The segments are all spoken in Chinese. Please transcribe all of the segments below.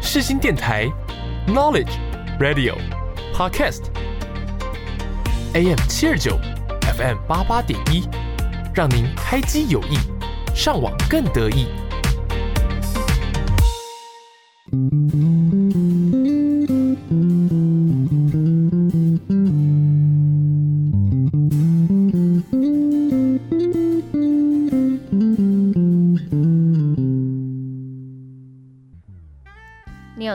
世新电台 Knowledge Radio Podcast AM 七二九 FM 八八点一，让您开机有益，上网更得意。你有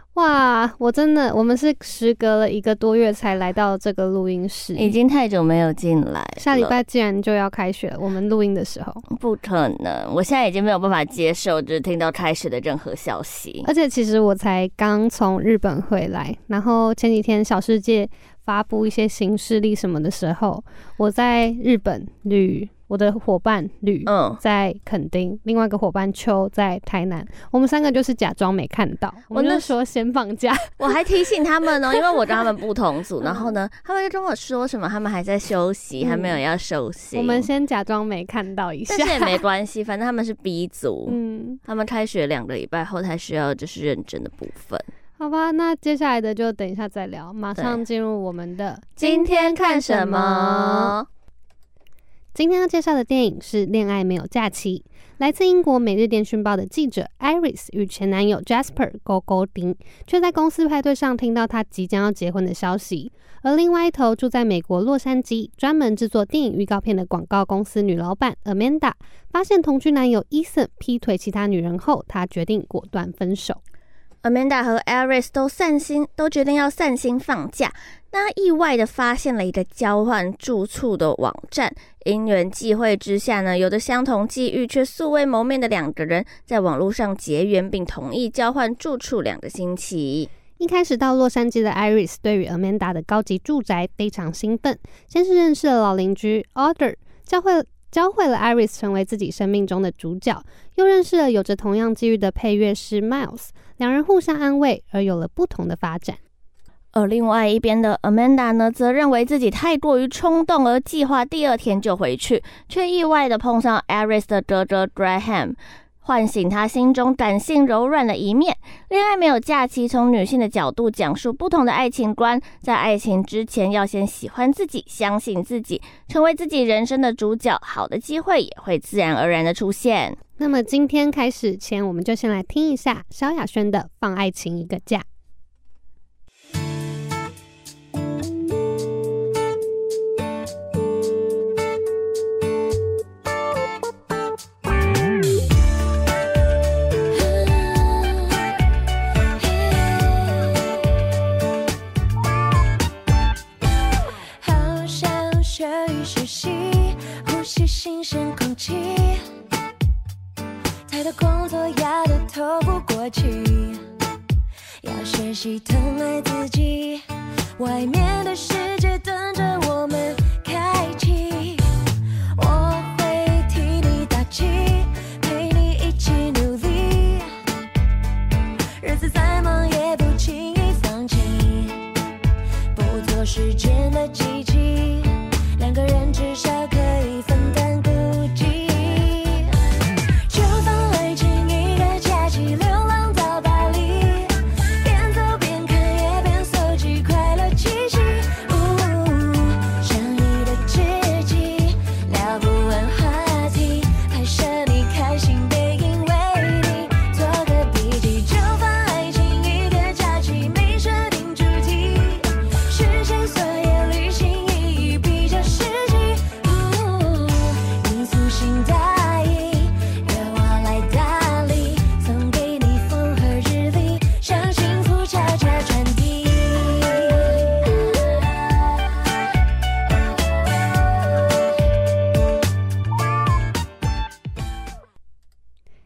哇，我真的，我们是时隔了一个多月才来到这个录音室，已经太久没有进来了，下礼拜竟然就要开学了。我们录音的时候，不可能，我现在已经没有办法接受，就是听到开始的任何消息。而且其实我才刚从日本回来，然后前几天小世界发布一些新势力什么的时候，我在日本旅，我的伙伴旅。呃嗯，在垦丁，另外一个伙伴秋在台南，我们三个就是假装没看到，我们我那就说先放假， 我还提醒他们哦，因为我跟他们不同组，然后呢，他们就跟我说什么，他们还在休息，嗯还没有要休息。我们先假装没看到一下但。是也没关系，反正他们是 B 组，嗯，他们开学两个礼拜后才需要就是认真的部分。好吧，那接下来的就等一下再聊，马上进入我们的。今天看什么么？今天要介绍的电影是《恋爱没有假期》，来自英国《每日电讯报》的记者 Iris 与前男友 Jasper 勾勾丁，却在公司派对上听到他即将要结婚的消息。而另外一头住在美国洛杉矶、专门制作电影预告片的广告公司女老板 Amanda，发现同居男友 Ethan 劈腿其他女人后，她决定果断分手。 Amanda 和 Iris 都散心，都决定要散心放假。那意外的发现了一个交换住处的网站，因缘际会之下呢，有着相同际遇却素未谋面的两个人，在网络上结缘并同意交换住处两个星期。一开始到洛杉矶的 Iris 对于 Amanda 的高级住宅非常兴奋，先是认识了老邻居 Order，教会教会了 Iris 成为自己生命中的主角，又认识了有着同样机遇的配乐师 Miles，两人互相安慰，而有了不同的发展。而另外一边的 Amanda 呢，则认为自己太过于冲动，而计划第二天就回去，却意外的碰上 Iris 的哥哥 Graham，唤醒他心中感性柔软的一面。恋爱没有假期，从女性的角度讲述不同的爱情观，在爱情之前要先喜欢自己，相信自己，成为自己人生的主角，好的机会也会自然而然的出现。那么今天开始前，我们就先来听一下萧亚轩的《放爱情一个假》。好想学一学习，呼吸新鲜空气。太多工作压得透不过气，要学习疼爱自己。外面的世界等着我们开启，我会替你打气，陪你一起努力。日子再忙也不轻易放弃。不做时间的机器，两个人至少可以分担孤寂。就放爱情一个假期，流浪到巴黎，边走边看也边搜集快乐气息。相遇的知己，聊不完话题，拍摄你开心背影为你做个笔记。就放爱情一个假期，没设定主题，实现所有旅行意义比较实际。你粗心大意，让我来打理，送给你风和日丽，向幸福悄悄传递。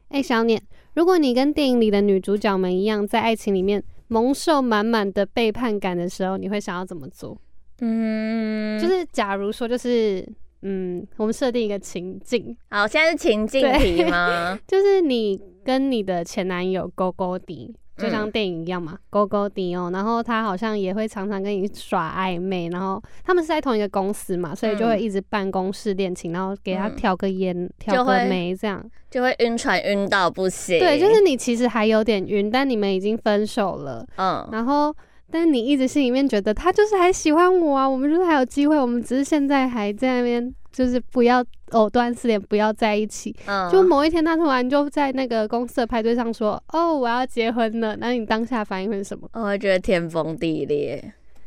哎，小念，如果你跟电影里的女主角们一样，在爱情里面蒙受满满的背叛感的时候，你会想要怎么做？嗯，就是假如说，就是嗯，我们设定一个情境，好，现在是情境题吗？就是你跟你的前男友勾勾搭，就像嗯电影一样嘛，勾勾搭哦。然后他好像也会常常跟你耍暧昧，然后他们是在同一个公司嘛，所以就会嗯一直办公室恋情，然后给他嗯挑个烟、就挑个会眉这样。就会晕船晕到不行。对，就是你其实还有点晕，但你们已经分手了，嗯，然后。但是你一直心里面觉得他就是还喜欢我啊，我们就是还有机会，我们只是现在还在那边，就是不要藕断丝连，不要在一起。嗯就某一天，他突然就在那个公司的派对上说：“哦，我要结婚了。”那你当下反应会是 什么？我会觉得天崩地裂，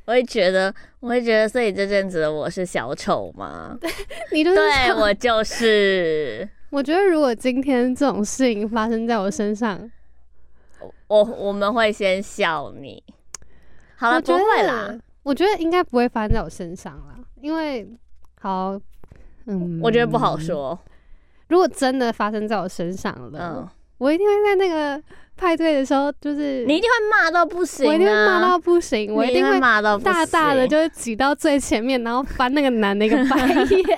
我会觉得，我会觉得，所以这阵子的我是小丑吗？你就是对想我就是， 我觉得如果今天这种事情发生在我身上，我我们会先笑你。 好了，我不觉得会啦，，我觉得应该不会发生在我身上啦，因为好，嗯，我觉得不好。说。如果真的发生在我身上了，嗯，我一定会在那那个派对的时候，就是你一定会骂到不行、啊，我一定会骂到不行，我你一一定会会骂到不行大大的就是挤到最前面，然后翻那个男的一个白眼。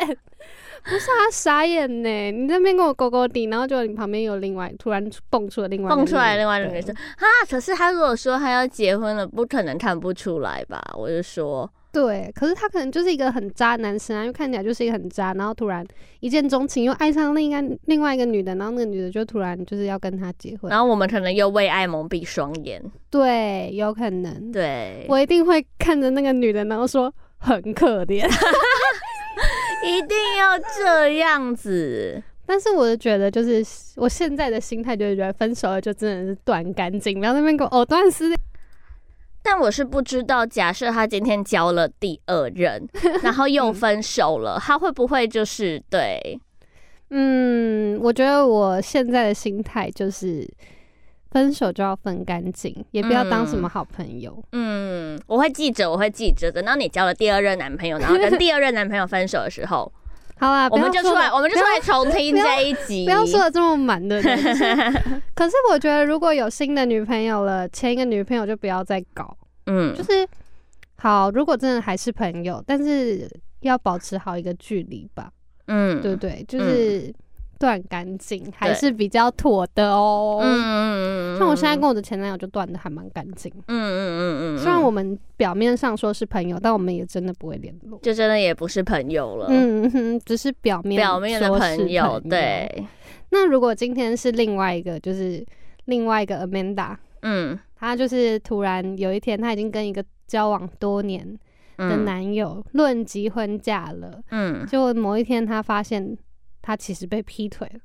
不是啊，傻眼呢！你在那边跟我勾勾底，然后就你旁边有另外突然蹦出了另外一个蹦出来另外一个对女生啊。可是他如果说他要结婚了，不可能看不出来吧？我就说，对，可是他可能就是一个很渣的男生啊，因为看起来就是一个很渣，然后突然一见钟情，又爱上另一另外一个女的，然后那个女的就突然就是要跟他结婚然，后我们可能又为爱蒙蔽双眼。对，有可能，对，我一定会看着那个女的，然后说很可怜， 一定要这样子。但是我就觉得就是我现在的心态就是觉得分手了就真的是断干净，不要在那边给我藕断丝连，但我是不知道，假设他今天交了第二 任，然后又分手了，他会不会就是对？嗯，我觉得我现在的心态就是分手就要分干净，也不要当什么好朋友。嗯，我会记着，我会记着。等到你交了第二任男朋友，然后跟第二任男朋友分手的时候，好啦，我们啊不就要出说来，了我们就出来重听不要这一集。不要说的这么满 的。对就是可是我觉得，如果有新的女朋友了，前一个女朋友就不要再搞。嗯就，是好，如果真的还是朋友，但是要保持好一个距离吧，嗯嗯对不对？就是断干净还是比较妥的嗯哦。嗯嗯，像我现在跟我的前男友就断的还蛮干净，嗯嗯嗯嗯，虽然我们表面上说是朋友，但我们也真的不会联络。就真的也不是朋友了，嗯哼，只是表面表面的说是朋友，对，那如果今天是另外一个，就是另外一个 Amanda，嗯她就是突然有一天，她已经跟一个交往多年的嗯男友论及婚嫁了，嗯结果某一天她发现她其实被劈腿了。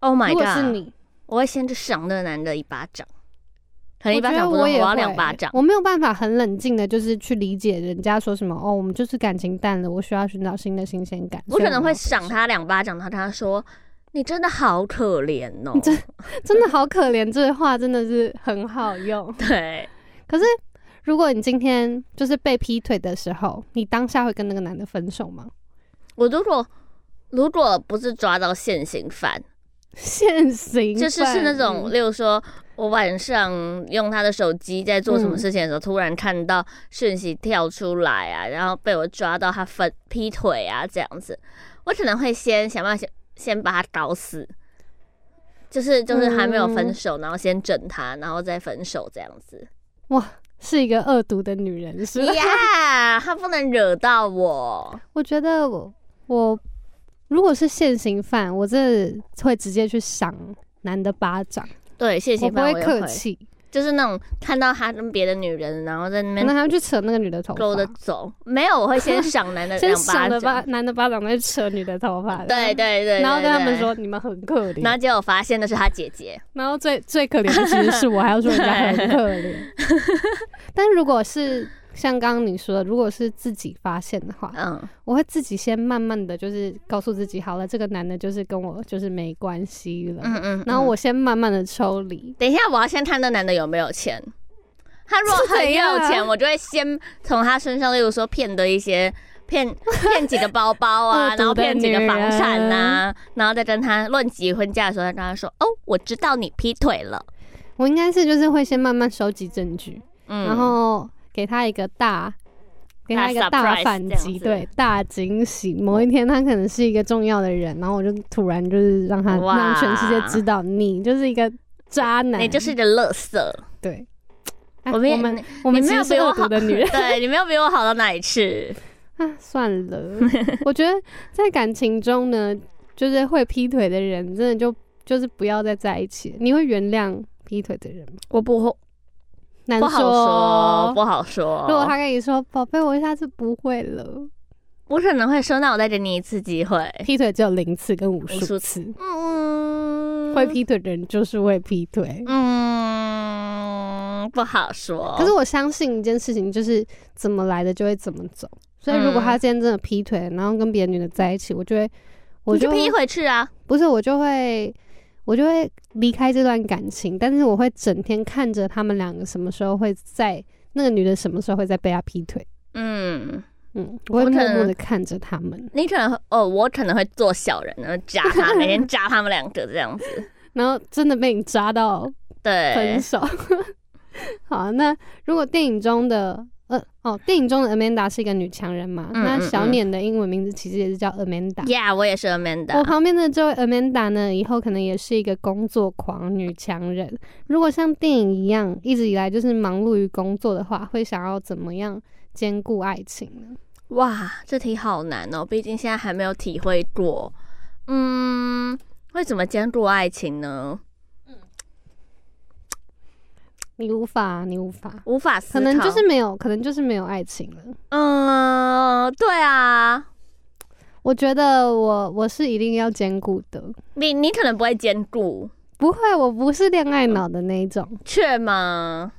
，Oh my 如果是 god，你，我会先去赏那个男的一巴掌，可能我一巴觉得掌不我多，也我要会两巴掌。我没有办法很冷静的，就是去理解人家说什么哦，我们就是感情淡了，我需要寻找新的新鲜感。我可能会所以赏他两巴掌，然后他说：“你真的好可怜哦。。你 真”我真的好可怜，这句话真的是很好用对，可是，如果你今天就是被劈腿的时候，你当下会跟那个男的分手吗？ 我如果如果不是抓到现行犯，现行就是是那犯种，嗯例如说我晚上用他的手机在做什么嗯事情的时候，突然看到讯息跳出来啊，然后被我抓到他分劈腿啊这样子，我可能会先想办法先先把他搞死。就是就是还没有分嗯手，然后先整他，然后再分手这样 子。是一个恶毒的女人，是吧？呀，他不能惹到我。我觉得我我如果是现行犯，我真的会直接去赏男的巴掌，对，谢谢我不范，会我也客，气，就是那种看到他跟别的女人，然后在那可能边还会去扯那个女的头勾着发，走。没有，我会先赏男的 先两赏巴的巴掌。男的巴掌，再去扯女的头发，对对对对，然后跟他们对，说你们很可怜，然后结果发现那是他姐姐。然后最最可怜的其实是我，还要说人家很可怜。 但如果是像刚刚你说的，如果是自己发现的话，嗯我会自己先慢慢的就是告诉自己，好了，这个男的就是跟我就是没关系了。嗯嗯。然后我嗯先慢慢的抽离，等一下，我要先看那男的有没有钱。他如果是很怎样有啊钱，我就会先从他身上，例如说骗的一些。骗骗几个包包啊， 哦恶毒的然后骗几个女房产人呐、然后再跟他论及婚嫁的时候，再跟他说：“哦，我知道你劈腿了。”我应该是就是会先慢慢收集证据，嗯然后给他一个大给他一个大 surprise 反这样击，子对，大惊喜。某一天他可能是一个重要的人，然后我就突然就是让他哇让全世界知道你就是一个渣男，你就是个乐 色。对。哎我们也我们我们你没有其实比是我恶毒好的女人对你没有比我好到哪里去。啊，算了， 我觉得在感情中呢，就是会劈腿的人，真的就就是不要再在一起。你会原谅劈腿的人吗？我不会，难不好说，哦不好说。如果他跟你说“宝贝，我下次不会 了我可能会说，那我再给你一次机会”，。劈腿只有零次跟无无数数次，嗯，会劈腿的人就是会劈腿。嗯，不好说。可是我相信一件事情，就是怎么来的就会怎么走。所以如果嗯他今天真的劈腿，然后跟别的女的在一起，我就会，我你就就劈回去啊！不是，我就会我就会离开这段感情，但是我会整天看着他们两个什么时候会在那个女的什么时候会再被他劈腿，嗯，嗯，我我会可默能默的看着他们，你可能会哦，我可能会做小人，然后扎他，每 天扎他们两个这样子。然后真的被你抓到分对，手。 好，那如果电影中的呃哦，电影中的 Amanda 是一个女强人嘛？嗯那嗯小嗯脸的英文名字其实也是叫 Amanda。呀，我也是我 Amanda。旁边的这位 Amanda 呢，以后可能也是一个工作狂女强人。如果像电影一样，一直以来就是忙碌于工作的话，会想要怎么样兼顾爱情呢？哇，这题好难哦，毕竟现在还没有体会过。嗯，会怎么兼顾爱情呢？你无法，啊你无法，无法思考，可能就是没有，可能就是没有爱情了。嗯、对啊，我觉得我我是一定要兼顾的，你你可能不会兼顾，不会，我不是恋爱脑的那一种。确吗？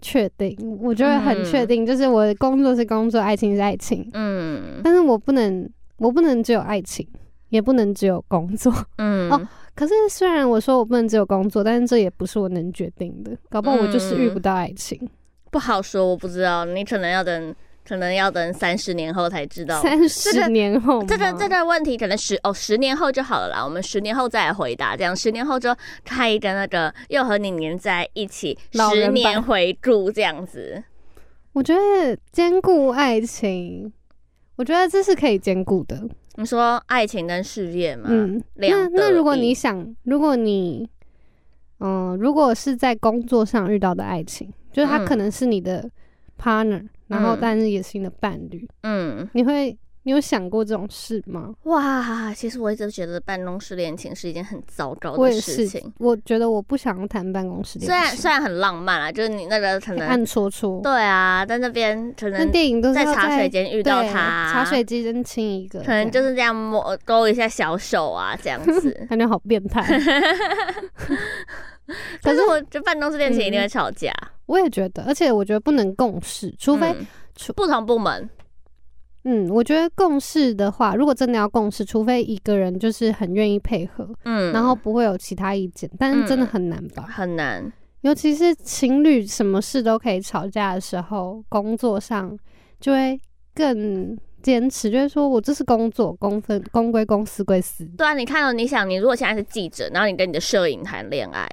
确定，我就会很确定，就是我的工作是工作，爱情是爱情，嗯但是我不能，我不能只有爱情，也不能只有工作。嗯，哦可是虽然我说我不能只有工作，但是这也不是我能决定的，搞不好我就是嗯遇不到爱情。不好说，我不知道，你可能要等，可能要等三十年后才知道。 三十年后吗这个这个问题可能十哦十年后就好了啦，我们十年后再来回答。这样十年后就开一个那个又和你黏在一起老人十版年回顾这样子。我觉得兼顾爱情，我觉得这是可以兼顾的。你说爱情跟事业嘛，嗯，那两得那如果意你想，如果你，嗯、如果是在工作上遇到的爱情，就是他嗯可能是你的 partner，、然后嗯但是也是你的伴侣，嗯，你会你有想过这种事吗？哇，其实我一直觉得办公室恋情是一件很糟糕我的也事是情，，我觉得我不想要谈办公室恋虽然情虽然很浪漫啊，就是你那个可能暗戳戳。对啊，在那边可那能电影都是在要茶水间遇对到他，啊茶水间真亲一个，可能就这样。是这样摸呃勾一下小手啊，这样子 感觉好变 态。可可是是我这办公室恋情一嗯定会吵架，我也觉得，而且我觉得不能共事，除非嗯除不同部门，嗯，我觉得共事的话，如果真的要共事，除非一个人就是很愿意配合，嗯，然后不会有其他意见，但是真的嗯很难吧？很难，尤其是情侣什么事都可以吵架的时候，工作上就会更坚持，就是说我这是工作，公分公归公，私归私。对啊，你看到、你想，你如果现在是记者，然后你跟你的摄影谈恋爱，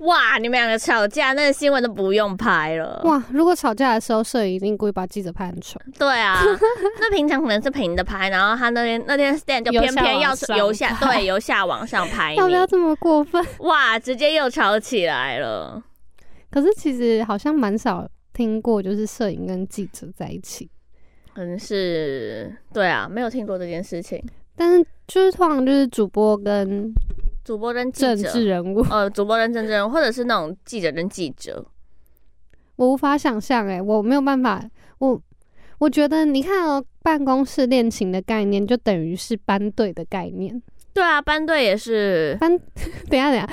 哇，你们两个吵架，那个新闻都不用拍了，哇，如果吵架的时候，摄影一定故意把记者拍很丑，对 啊，那平常可能是平的拍，然后他那天那天 stand 就由偏下偏往要上由下对由下往上拍 要不要你，这么过分？哇，直接又吵起来了。 可是其实好像蛮少听过，就是摄影跟记者在一起。可能是对啊，没有听过这件事情。但是就是通常就是主播跟主播跟记政者，治人物，呃，主播跟政治人，或者是那种记者跟记者，我无法想象哎、我没有办法，我我觉得你看哦，办公室恋情的概念就等于是班队的概念。 对啊，班队也是班，等一下等一下，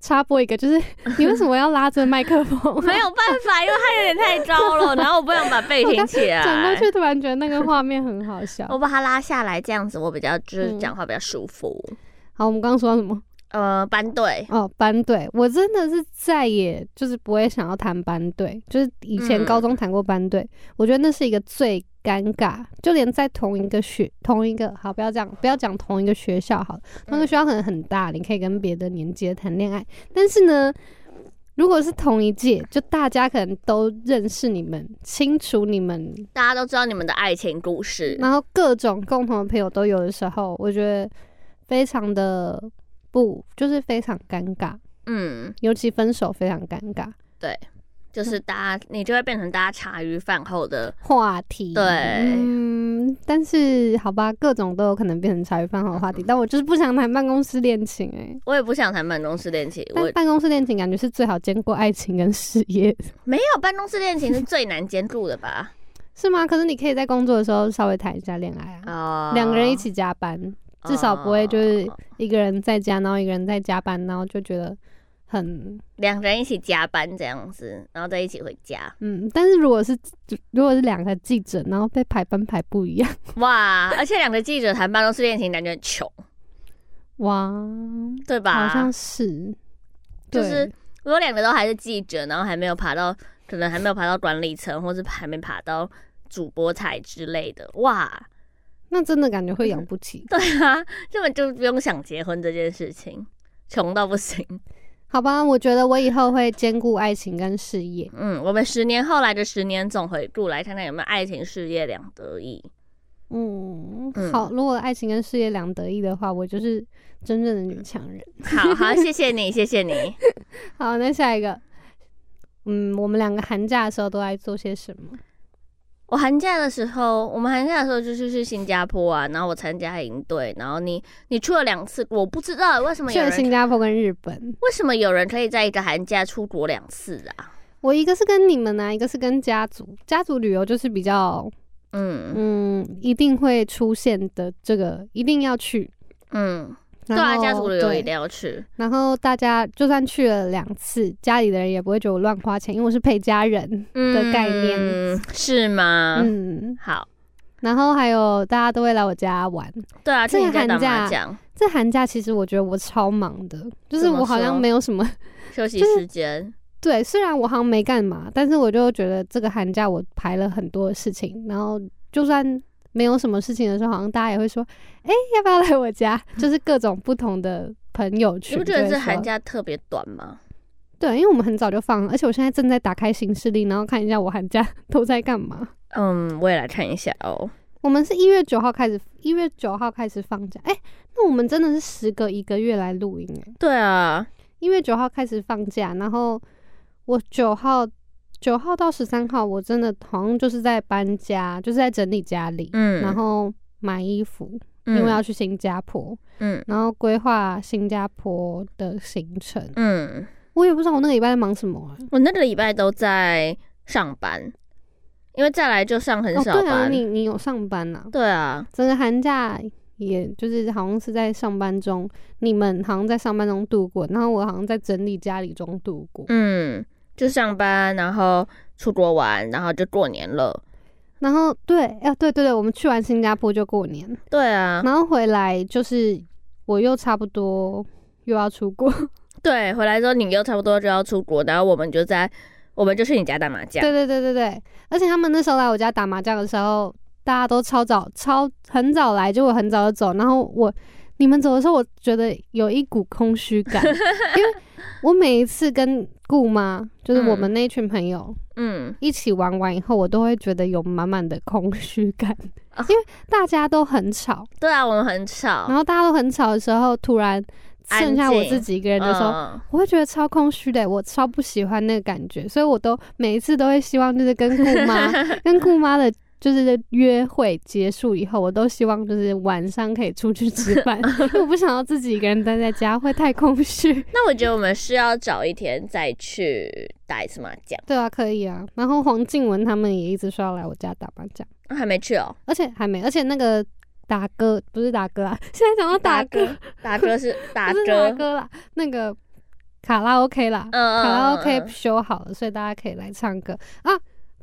插播一个，就是 你为什么要拉着麦克风、 没有办法，因为他有点太高了，然后我不想把背挺起 转过来，去，突然觉得那个画面很好笑。我把它拉下来，这样子我比较就是嗯讲话比较舒服。好，我们刚刚说到什么？呃，班队，哦，班队，我真的是再也就是不会想要谈班队，就是以前嗯高中谈过班队，我觉得那是一个最尴尬，就连在同一个学同一个好，不要讲不要讲同一个学校好了，同一个嗯学校可能很大，你可以跟别的年级的谈恋爱，但是呢，如果是同一届，就大家可能都认识你们，清楚你们，大家都知道你们的爱情故事，然后各种共同的朋友都有的时候，我觉得非常的不，就是非常尴尬，嗯，尤其分手非常尴尬就是大家你就会变成大家茶余饭后的，话题。对嗯，但是好吧，各种都有可能变成茶余饭后的话题，但我就是不想谈办公室恋情哎、欸我也不想谈办公室恋情，我但办公室恋情感觉是最好兼顾爱情跟事业，没有办公室恋情是最难兼顾的吧？ 是吗？可是你可以在工作的时候稍微谈一下恋爱啊，哦， 两、个人一起加班，至少不会就是哦一个人在家，然后一个人在加班，然后就觉得很两个人一起加班这样子，然后再一起回家。嗯。但是如果是如果是两个记者，然后被排班排不一样，哇，而且两个记者谈办公室恋情，感觉很穷，哇，对吧？好像是，就是对如果两个都还是记者，然后还没有爬到，可能还没有爬到管理层，或是还没爬到主播台之类的，哇， 那真的感觉会养不起。对啊，根本就不用想结婚这件事情，穷到不 行。好吧，我觉得我以后会兼顾爱情跟事业。嗯，我们十年后来的十年总回顾，来看看有没有爱情事业两得意。嗯嗯，好，如果爱情跟事业两得意的话，我就是真正的女强人。好好，谢谢你，谢谢你。好，那下一个，嗯，我们两个寒假的时候都在做些什么？我寒假的时候，我们寒假的时候就是去新加坡啊，然后我参加营队，然后你你去了两次，我不知道为什么去有了人新加坡跟日本，为什么有人可以在一个寒假出国两次啊？我一个是跟你们啊，一个是跟家族。家族旅游就是比较，嗯嗯，一定会出现的，这个一定要去。嗯，对然啊，后家族旅游对一定要去，然后大家就算去了两次，家里的人也不会觉得我乱花钱，因为我是陪家人。的概念嗯、是吗？嗯，好，然后还有大家都会来我家玩。对啊，这去个你家打寒假麻将，这寒假其实我觉得我超忙的，就是怎么我好像说没有什么休息就是时间，对，虽然我好像没干嘛，但是我就觉得这个寒假我排了很多事情，然后就算没有什么事情的时候，好像大家也会说，哎、要不要来我家？ 就是各种不同的朋友你圈。不觉得就会这寒说？假特别短吗？对，因为我们很早就放了，而且我现在正在打开行事历，然后看一下我寒假 都在干嘛。嗯，我也来看一下哦。我们是一月九号开始，一月九号开始放假。哎、那我们真的是时隔一个月来录音哎、对啊，一月九号开始放假，然后我九号九号到十三号，我真的好像就是在搬家，就是在整理家里，嗯，然后买衣服，嗯因为要去新加坡，嗯然后规划新加坡的行程。嗯，我也不知道我那个礼拜在忙什么、欸我那个礼拜都在上班，因为再来就上很哦，少对啊，班。你你有上班呐、对啊，整个寒假。也就是好像是在上班中，你们好像在上班中度过，然后我好像在整理家里中度过。嗯，就上班，然后出国玩，然后就过年了。然后对，啊对对对，我们去完新加坡就过年，对啊，然后回来就是我又差不多又要出国，对，回来之后你又差不多就要出国，然后我们就在，我们就去你家打麻将。 对对对对对，而且他们那时候来我家打麻将的时候，大家都超早超很早来，就我很早就走，然后我你们走的时候，我觉得有一股空 虚感，因为我每一次跟姑妈，就是我们那一群朋友、嗯，一起玩完以后，我都会觉得有满满的空虚感哦， 因为大家都很吵，对啊，我们很吵然，后大家都很吵的时候，突然安剩下我静自己一个人的时候。嗯我会觉得超空虚的，我超不喜欢那个感觉，所以我都每一次都会希望就是跟姑妈跟姑妈的。就是约会结束以后，我都希望就是晚上可以出去吃饭，因为我不想要自己一个人待在家，会太空虚。那我觉得我们是要找一天再去打一次麻将，对啊，可以啊。然后黄静雯他们也一直说要来我家打麻将，啊还没去哦。而且还没，而且那个达哥不是达哥啊，现在讲到达哥，哥，打哥是打 不是达哥，哥啦，那个卡拉 OK 啦，嗯卡拉 OK 嗯修好了，所以大家可以来唱歌啊。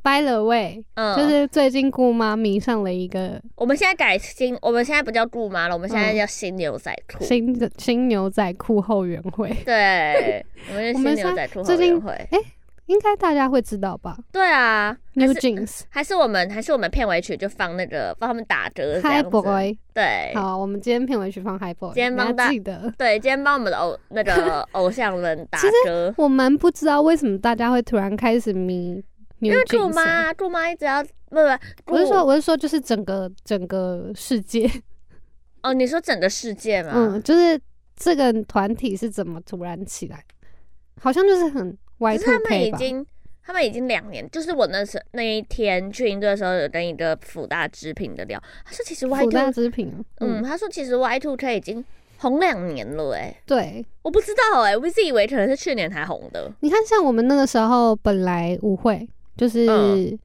By the way，嗯，就是最近姑妈迷上了一个我们现在改新，我们现在不叫姑妈了，我们现在嗯叫新牛仔裤。新的新牛仔裤后援会，对，我们是我新们牛仔现在裤后最近援会。应该大家会知道吧对啊，还？New 是 Jeans。还是我们还是我们片尾曲就放那个帮他们打折呃这 Hi 样子。 boy，对好，我们今天片尾曲放 Hi boy，今天帮你要大记得。对，今天帮我们的偶那 个偶像们打其实折。我蛮不知道为什么大家会突然开始迷因 New 为顾 Jeans 啊。妈，顾妈一直要不不，顾我是说，我是说，就是整个整个世界，哦，你说整个世界嘛，嗯，就是这个团体是怎么突然起来？好像就是很 Y 可 two 是他们 K 已吧？经，他们已经两年，就是我那时那一天去印度的时候，有跟一个辅大织品的聊，他说其实 Y 福大 two，织品啊，嗯，嗯，他说其实 Y two K 已经红两年了、欸，哎，对，我不知道哎、我一直以为可能是去年才红的你看，像我们那个时候本来舞会就是、嗯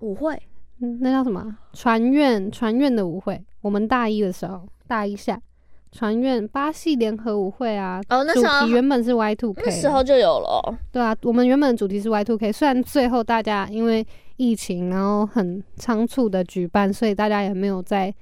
舞会，嗯那叫什么啊船院船院的舞会，我们大一的时候大一下船院巴西联合舞会啊。哦，那主时候题原本是 Y two K，那时候就有了哦，对啊，我们原本的主题是 Y two K，虽然最后大家因为疫情，然后很仓促的举办，所以大家也没有在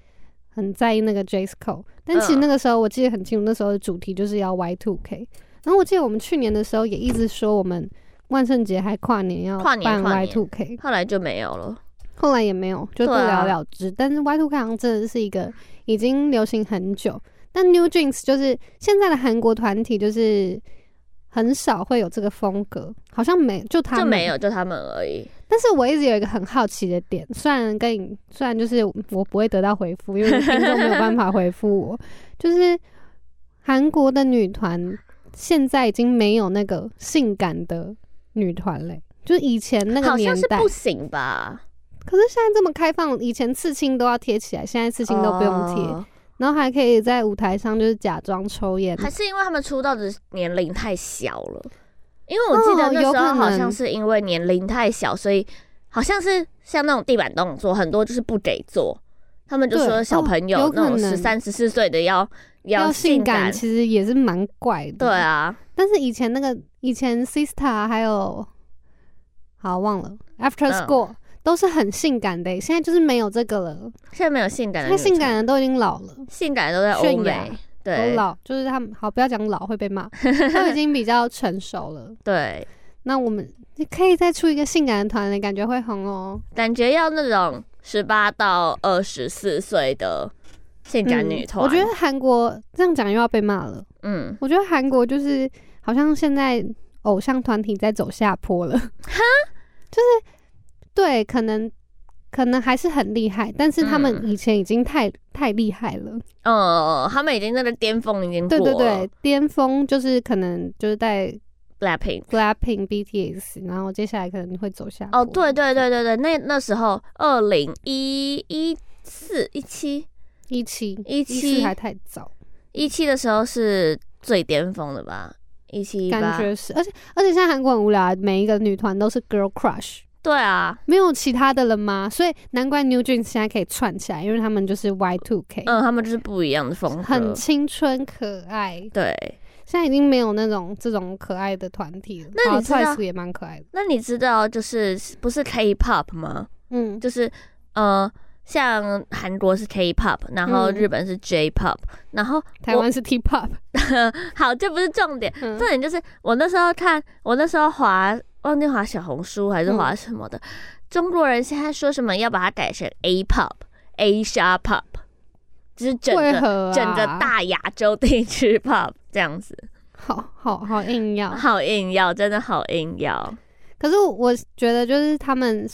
很在意那个 J S c o 但其实嗯那个时候我记得很清楚，那时候的主题就是要 Y two K。然后我记得我们去年的时候也一直说，我们万圣节还跨年要跨办年跨 Y 年 two K，后来就没有了。后来也没有，就不对啊了了之。但是 Y two K 好像真的是一个已经流行很久，但 New Jeans 就是现在的韩国团体，就是很少会有这个风格，好像没就他就们没有，就他们而已。但是我一直有一个很好奇的点，虽然跟你虽然就是我不会得到回复，因为听众没有办法回复我， 就是韩国的女团现在已经没有那个性感的女团嘞，就是以前那个好像年是代不，行吧？可是现在这么开放，以前刺青都要贴起来，现在刺青都不用贴，哦然后还可以在舞台上就是假装抽烟，还是因为他们出道的年龄太小了？因为我记哦得那时候好像是因为年龄太小，所以好像是像那种地板动作，很多就是不给做。他们就说对小朋哦友有可那种能十三、十四岁的要要性性感其实也是蛮怪的，对啊，但是以前那个以前 Sista 还有，好忘了 After 嗯 School、都是很性感的欸，现在就是没有这个了。现在没有性感的那女性生，感的都已经老了，性感的都在欧泫雅美，都对老，就是他们好不要讲老会 被骂，都已经比较成熟了。对，那我们你可以再出一个性感的团，感觉会红哦。感觉要那种十八到二十四岁的性感女团。嗯我觉得，韩国这样讲又要被骂了。嗯，我觉得韩国就是好像现在偶像团体在走下坡了，哈， 就是对，可能可能还是很厉害，但是他们嗯以前已经太、太厉害了，呃，他们已经那个巅峰已经过对了。对对，巅峰就是可能就是在 Blackpink。 Blackpink、BTS，然后接下来可能会走下坡哦，对，对对对对，那那时候二零一一四一七一期一期期还太早，一七的时候是最巅峰的吧？一七一感八，觉是，而且而且现在韩国很无聊啊，每一个女团都是 Girl Crush。对啊，没有其他的了吗？所以难怪 New Jeans 现在可以串起来，因为他们就是 Y Two K。嗯，他们就是不一样的风格，哎很青春可爱。对。现在已经没有那种这种可爱的团体了。那你知道 Twice 也蛮可爱的。那你知道就是不是 K-pop 吗？嗯，就是呃，像韩国是 K-pop，然后嗯日本是 J-pop，、然后台湾是 T-pop。好，这不是重点，嗯重点就是我那时候看，我那时候滑，忘记滑小红书嗯还是滑什么的，中国人现在说什么要把它改成 A pop、Asia pop，就是整为个、何啊整个大亚洲地区 pop 这样子，好好好硬要。好硬要，真的好硬要。可是我觉得就是他们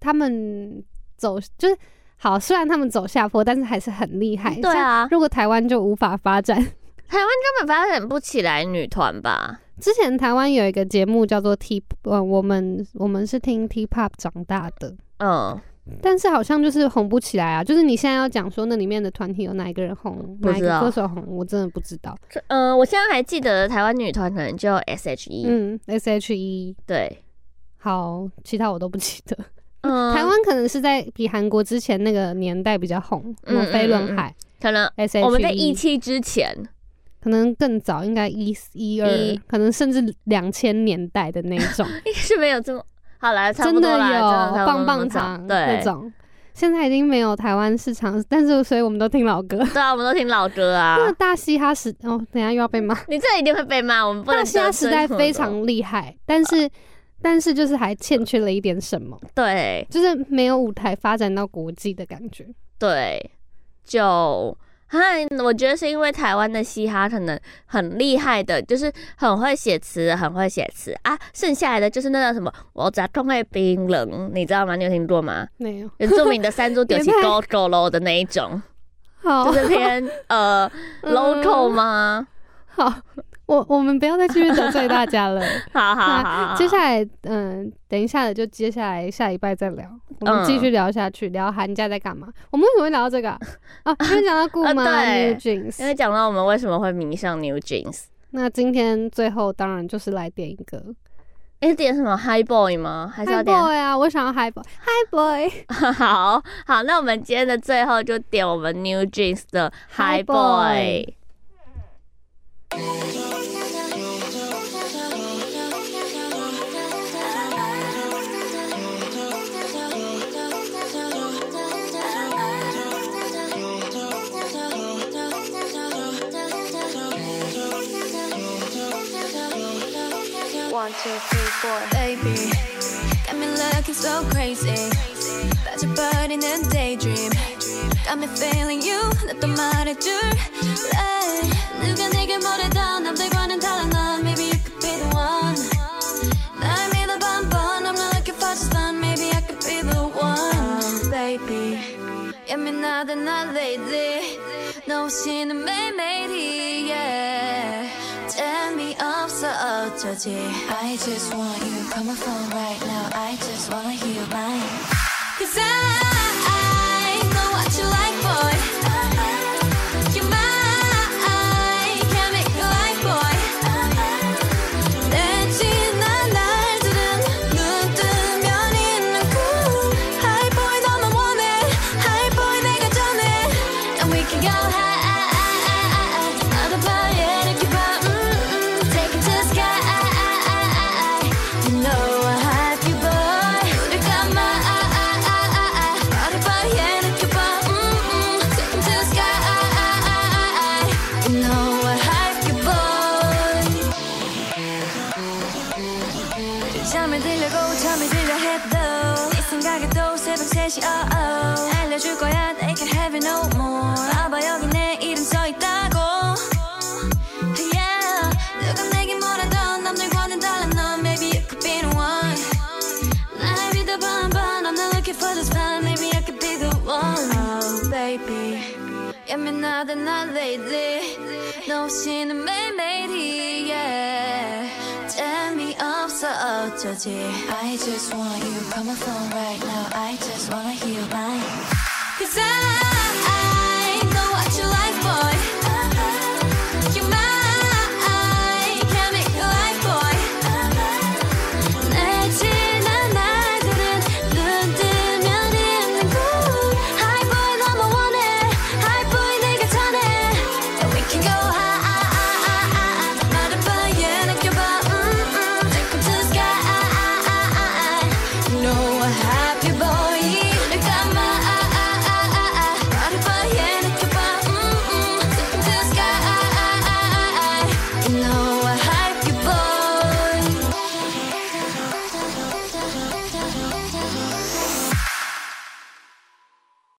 他们走就是好，虽然他们走下坡，但是还是很厉害。对啊像如果台湾就无法发展。台湾根本发展不起来女团吧？之前台湾有一个节目叫做 T，呃，我们我们是听 T-pop 长大的。嗯，但是好像就是红不起来啊，就是你现在要讲说那里面的团体有哪一个人红，不哪一知道个歌手红，我真的不知道。这呃，我现在还记得台湾女团可能就 S.H.E，、嗯，S.H.E，E，对，好，其他我都不记得。嗯，台湾可能是在比韩国之前那个年代比较红，什嗯么飞轮海、可能 S.H.E，我们在一期之前， 可能更早，应该一一二一，可能甚至两千年代的那一种，应该是没有这么好啦，差不真多的啦，真的差不多有棒那棒么早糖那对种。现在已经没有台湾市场，但是所以我们都听老歌。对啊，我们都听老歌啊那。个 大嘻哈时哦，等一下又要被骂。 你这一定会被骂，我们不能大得罪虾时代什么非的常厉害，但是 但是就是还欠缺了一点什么，对就是没有舞台发展到国际的感觉。对，就嗨，我觉得是因为台湾的嘻哈可能很厉害的，就是很会写词，很会写词啊，剩下来的就是那叫什么，我砸中会冰冷，你知道吗？你有听过吗？没有，原住民的山猪丢 起高高楼的那一种，好就是偏呃嗯 local 吗？好，我我们不要再继续得罪大家了。好好好好，接下来，嗯，等一下的就接下来下礼拜再聊，我们继嗯续聊下去，聊寒假在干嘛。我们为什么会聊到 这个啊？啊因为讲到顾妈、啊对 New Jeans，因为讲到我们为什么会迷上 New Jeans，那今天最后当然就是来点一个要点什么 High Boy 吗？还是要 Hi 点 Boy 啊，我想要 Hi Boy，Hi Boy， 好好，那我们今天的最后就点我们 New Jeans 的 High High Boy。 Boy One, two, three, four. Baby, got me looking so crazy. That's your bird in a daydream. Got me feeling you, 나 또 말해줄. Hey, 누가 내게 뭐래도 난 대관은 달라 난. Maybe you could be the one. 날 믿어 반반. I'm not looking for just one. Maybe I could be the one. Baby, 예민하던 나 lady. 너 없이는 매일매일이. Yeah. Turn me up so 어쩌지. I just want you. Come on, phone right now. I just wanna hear mine. Cause I, I know what you like, boy. You're mine. Can't make you like, boy. 내 지난 날들은 눈 뜨면 있는 cool. High boy, 너만 원해. High boy, 내가 전해. And we can go high. Other body, 이렇게 봐. 음, 음. Take it to the sky. You know I have you, boy. 우리 감아. 바라봐, 이렇게 봐. 음, 음. Take it to the sky. You know I have you, boy. 잠이 들려고 잠이 들려 해도 네 생각에 또 새벽 3시 oh oh 알려줄 거야 they can have it no more 봐봐 여기 내 이름 써 있다고 yeah 누가 내게 뭐라던 남들과는 달라 넌 maybe you could be the one 날 믿어봐 but I'm not looking for this time maybe I could be the one oh baby 예민하던 나 lately 너 없이는 매일매일이 yeah Turn me up so 어쩌지 I just want you come on phone right now I just wanna hear mine Cause I